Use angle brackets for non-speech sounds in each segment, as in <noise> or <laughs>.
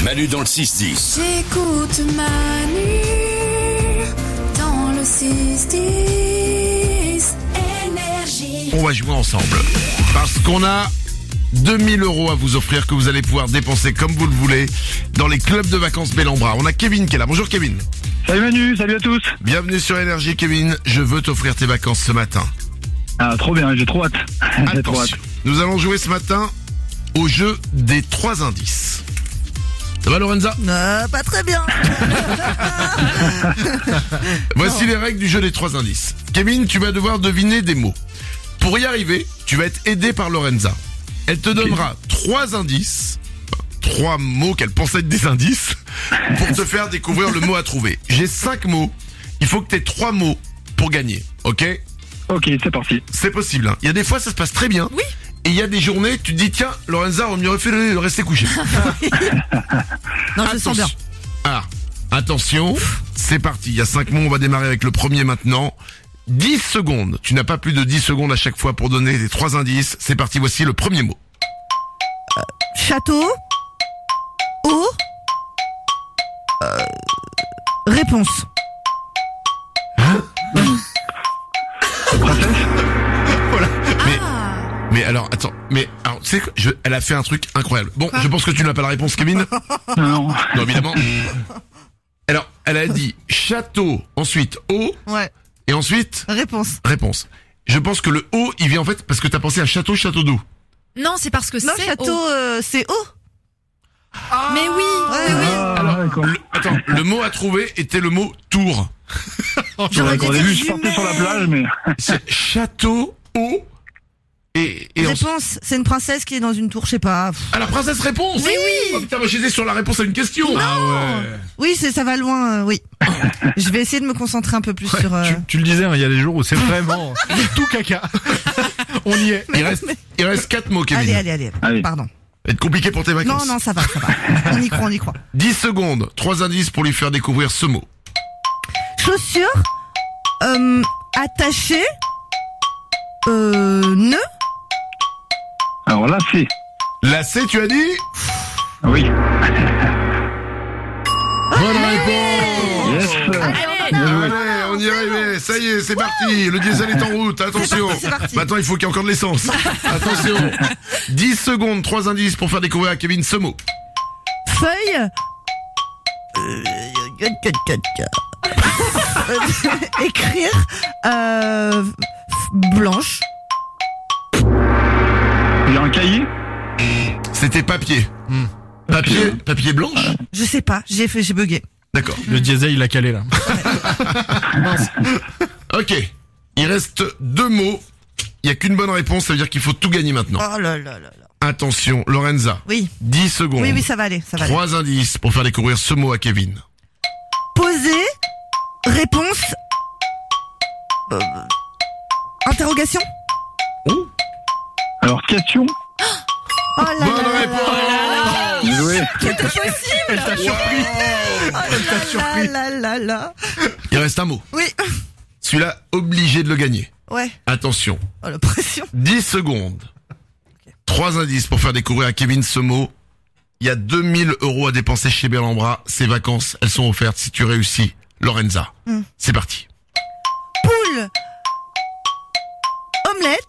Manu dans le 6-10. J'écoute Manu dans le 6-10. Énergie. On va jouer ensemble. Parce qu'on a 2000 euros à vous offrir que vous allez pouvoir dépenser comme vous le voulez dans les clubs de vacances Bellambra. On a Kevin qui est là. Bonjour Kevin. Salut Manu, salut à tous. Bienvenue sur Énergie Kevin. Je veux t'offrir tes vacances ce matin. Ah, trop bien, j'ai trop hâte. <laughs> J'ai trop hâte. Attention. Nous allons jouer ce matin au jeu des trois indices. Ça va Lorenza Euh, pas très bien. Voici les règles du jeu des trois indices. Kevin, tu vas devoir deviner des mots. Pour y arriver, tu vas être aidé par Lorenza. Elle te donnera trois indices, enfin, trois mots qu'elle pensait être des indices, pour te faire découvrir le mot à trouver. J'ai cinq mots. Il faut que tu aies trois mots pour gagner. Ok Ok, c'est <laughs> parti. C'est possible. hein. Il y a des fois, ça se passe très bien. Oui. Et il y a des journées, tu te dis, tiens, Lorenza, on mieux fait de rester couché. Non, je sens bien. Ah, attention, c'est parti. Il y a 5 mots, on va démarrer avec le premier maintenant. 10 secondes. Tu n'as pas plus de 10 secondes à chaque fois pour donner les trois indices. C'est parti, voici le premier mot. Château. Eau. Euh, réponse. Mais, mais alors, attends, mais alors, tu sais que je, elle a fait un truc incroyable. Bon, je pense que tu n'as pas la réponse, <laughs> Kevin. Non, non. Non, évidemment. Alors, elle a dit château, ensuite eau, Ouais. et ensuite Réponse. réponse. Je pense que le eau, il vient en fait parce que t'as pensé à château, château d'eau. Non, c'est parce que Non, c'est château, haut. euh, c'est eau. Mais oui, mais oui. Ah, d'accord. Le- attends, le mot à trouver était le mot tour. J'aurais dû qu'au dire début, je partais jumelle. sur la plage, mais C'est château, eau et, et ensuite- Réponse, c'est une princesse qui est dans une tour, je sais pas. Pff. Ah, la princesse réponse Mais oui. Oh, putain, moi j'étais sur la réponse à une question Ah ouais Oui, c'est ça va loin, euh, oui. je vais essayer de me concentrer un peu plus sur. euh, Tu, tu le disais, hein, il y a des jours où c'est <laughs> vraiment tout caca. On y est. il, reste, il reste 4 mots, Kevin. Allez, allez, allez, Allez. Pardon. Ça va être compliqué pour tes Non, vacances. non, ça va, ça va. On y croit, on y croit. 10 secondes, 3 indices pour lui faire découvrir ce mot. Chaussures. Euh, attachées. Euh, nœud. alors là, c'est. Lacé, tu as dit Ah Oui. Bonne réponse Yes. Eh Bien ben joué. Allez, on y est arrivé, ça y est, c'est parti, le diesel est en route, attention. c'est parti. Maintenant, il faut qu'il y ait encore de <laughs> l'essence. attention. 10 secondes, 3 indices pour faire découvrir à Kevin ce mot. Feuille. Euh, <laughs> Écrire. Euh, f- blanche. Il y a un cahier C'était papier. Hmm. Papier, papier blanche Je sais pas, j'ai fait, j'ai bugué. D'accord. Le diesel, il a calé <laughs> là. Ok. Il reste deux mots. Il n'y a qu'une bonne réponse, ça veut dire qu'il faut tout gagner maintenant. Oh là là là là. Attention, Lorenza. Oui. 10 secondes. Oui, oui, ça va aller, ça va aller. Trois indices pour faire découvrir ce mot à Kevin. Poser. Réponse. euh, interrogation. Alors, question Oh là Bonne là là réponse Bien joué. Oh là là là là. Il reste un mot. Oui. Celui-là, obligé de le gagner. Ouais. Attention, Oh la pression. 10 secondes. Trois indices pour faire découvrir à Kevin ce mot. Il y a 2000 euros à dépenser chez Bellambra. Ces vacances, elles sont offertes si tu réussis. Lorenza, c'est parti. Poule. Omelette.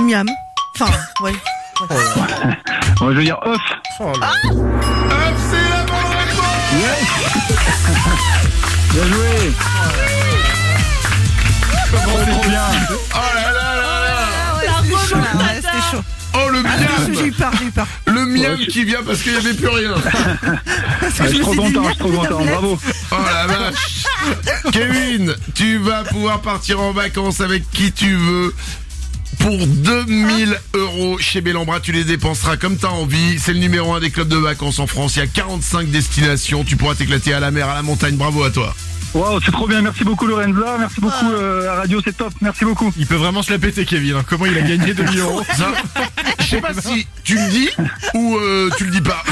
Miam. Enfin, ouais. Bon, je veux dire off. Ah, Hop, c'est la bonne réponse Yes. Bien joué. Trop bien. Oh là là là là Ah ouais, c'était chaud. là, ouais, c'était chaud. Ah, Oh le J'ai eu miam peur, j'ai eu peur. Le miam qui vient parce qu'il n'y avait plus rien Parce que Ah, Je je suis me trop suis dit, content, je suis trop merde, content. omelette. Bravo. Oh <laughs> la vache Kevin, tu vas pouvoir partir en vacances avec qui tu veux pour 2000 euros chez Bellambra, tu les dépenseras comme t'as envie. C'est le numéro un des clubs de vacances en France. Il y a 45 destinations. Tu pourras t'éclater à la mer, à la montagne. Bravo à toi. Waouh, c'est trop bien. Merci beaucoup, Lorenza. Merci beaucoup, euh, la radio. C'est top. Merci beaucoup. Il peut vraiment se la péter, Kevin. hein. Comment il a gagné 2000 euros Ça, je <laughs> sais pas si tu le dis ou euh, tu le dis pas.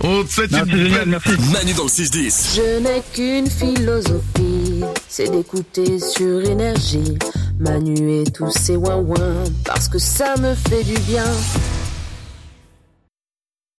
On te souhaite Non, une C'est belle- génial. Merci. Manu dans le 6-10. Je n'ai qu'une philosophie, c'est d'écouter sur énergie, Manu et tous ces ouin-ouin, parce que ça me fait du bien.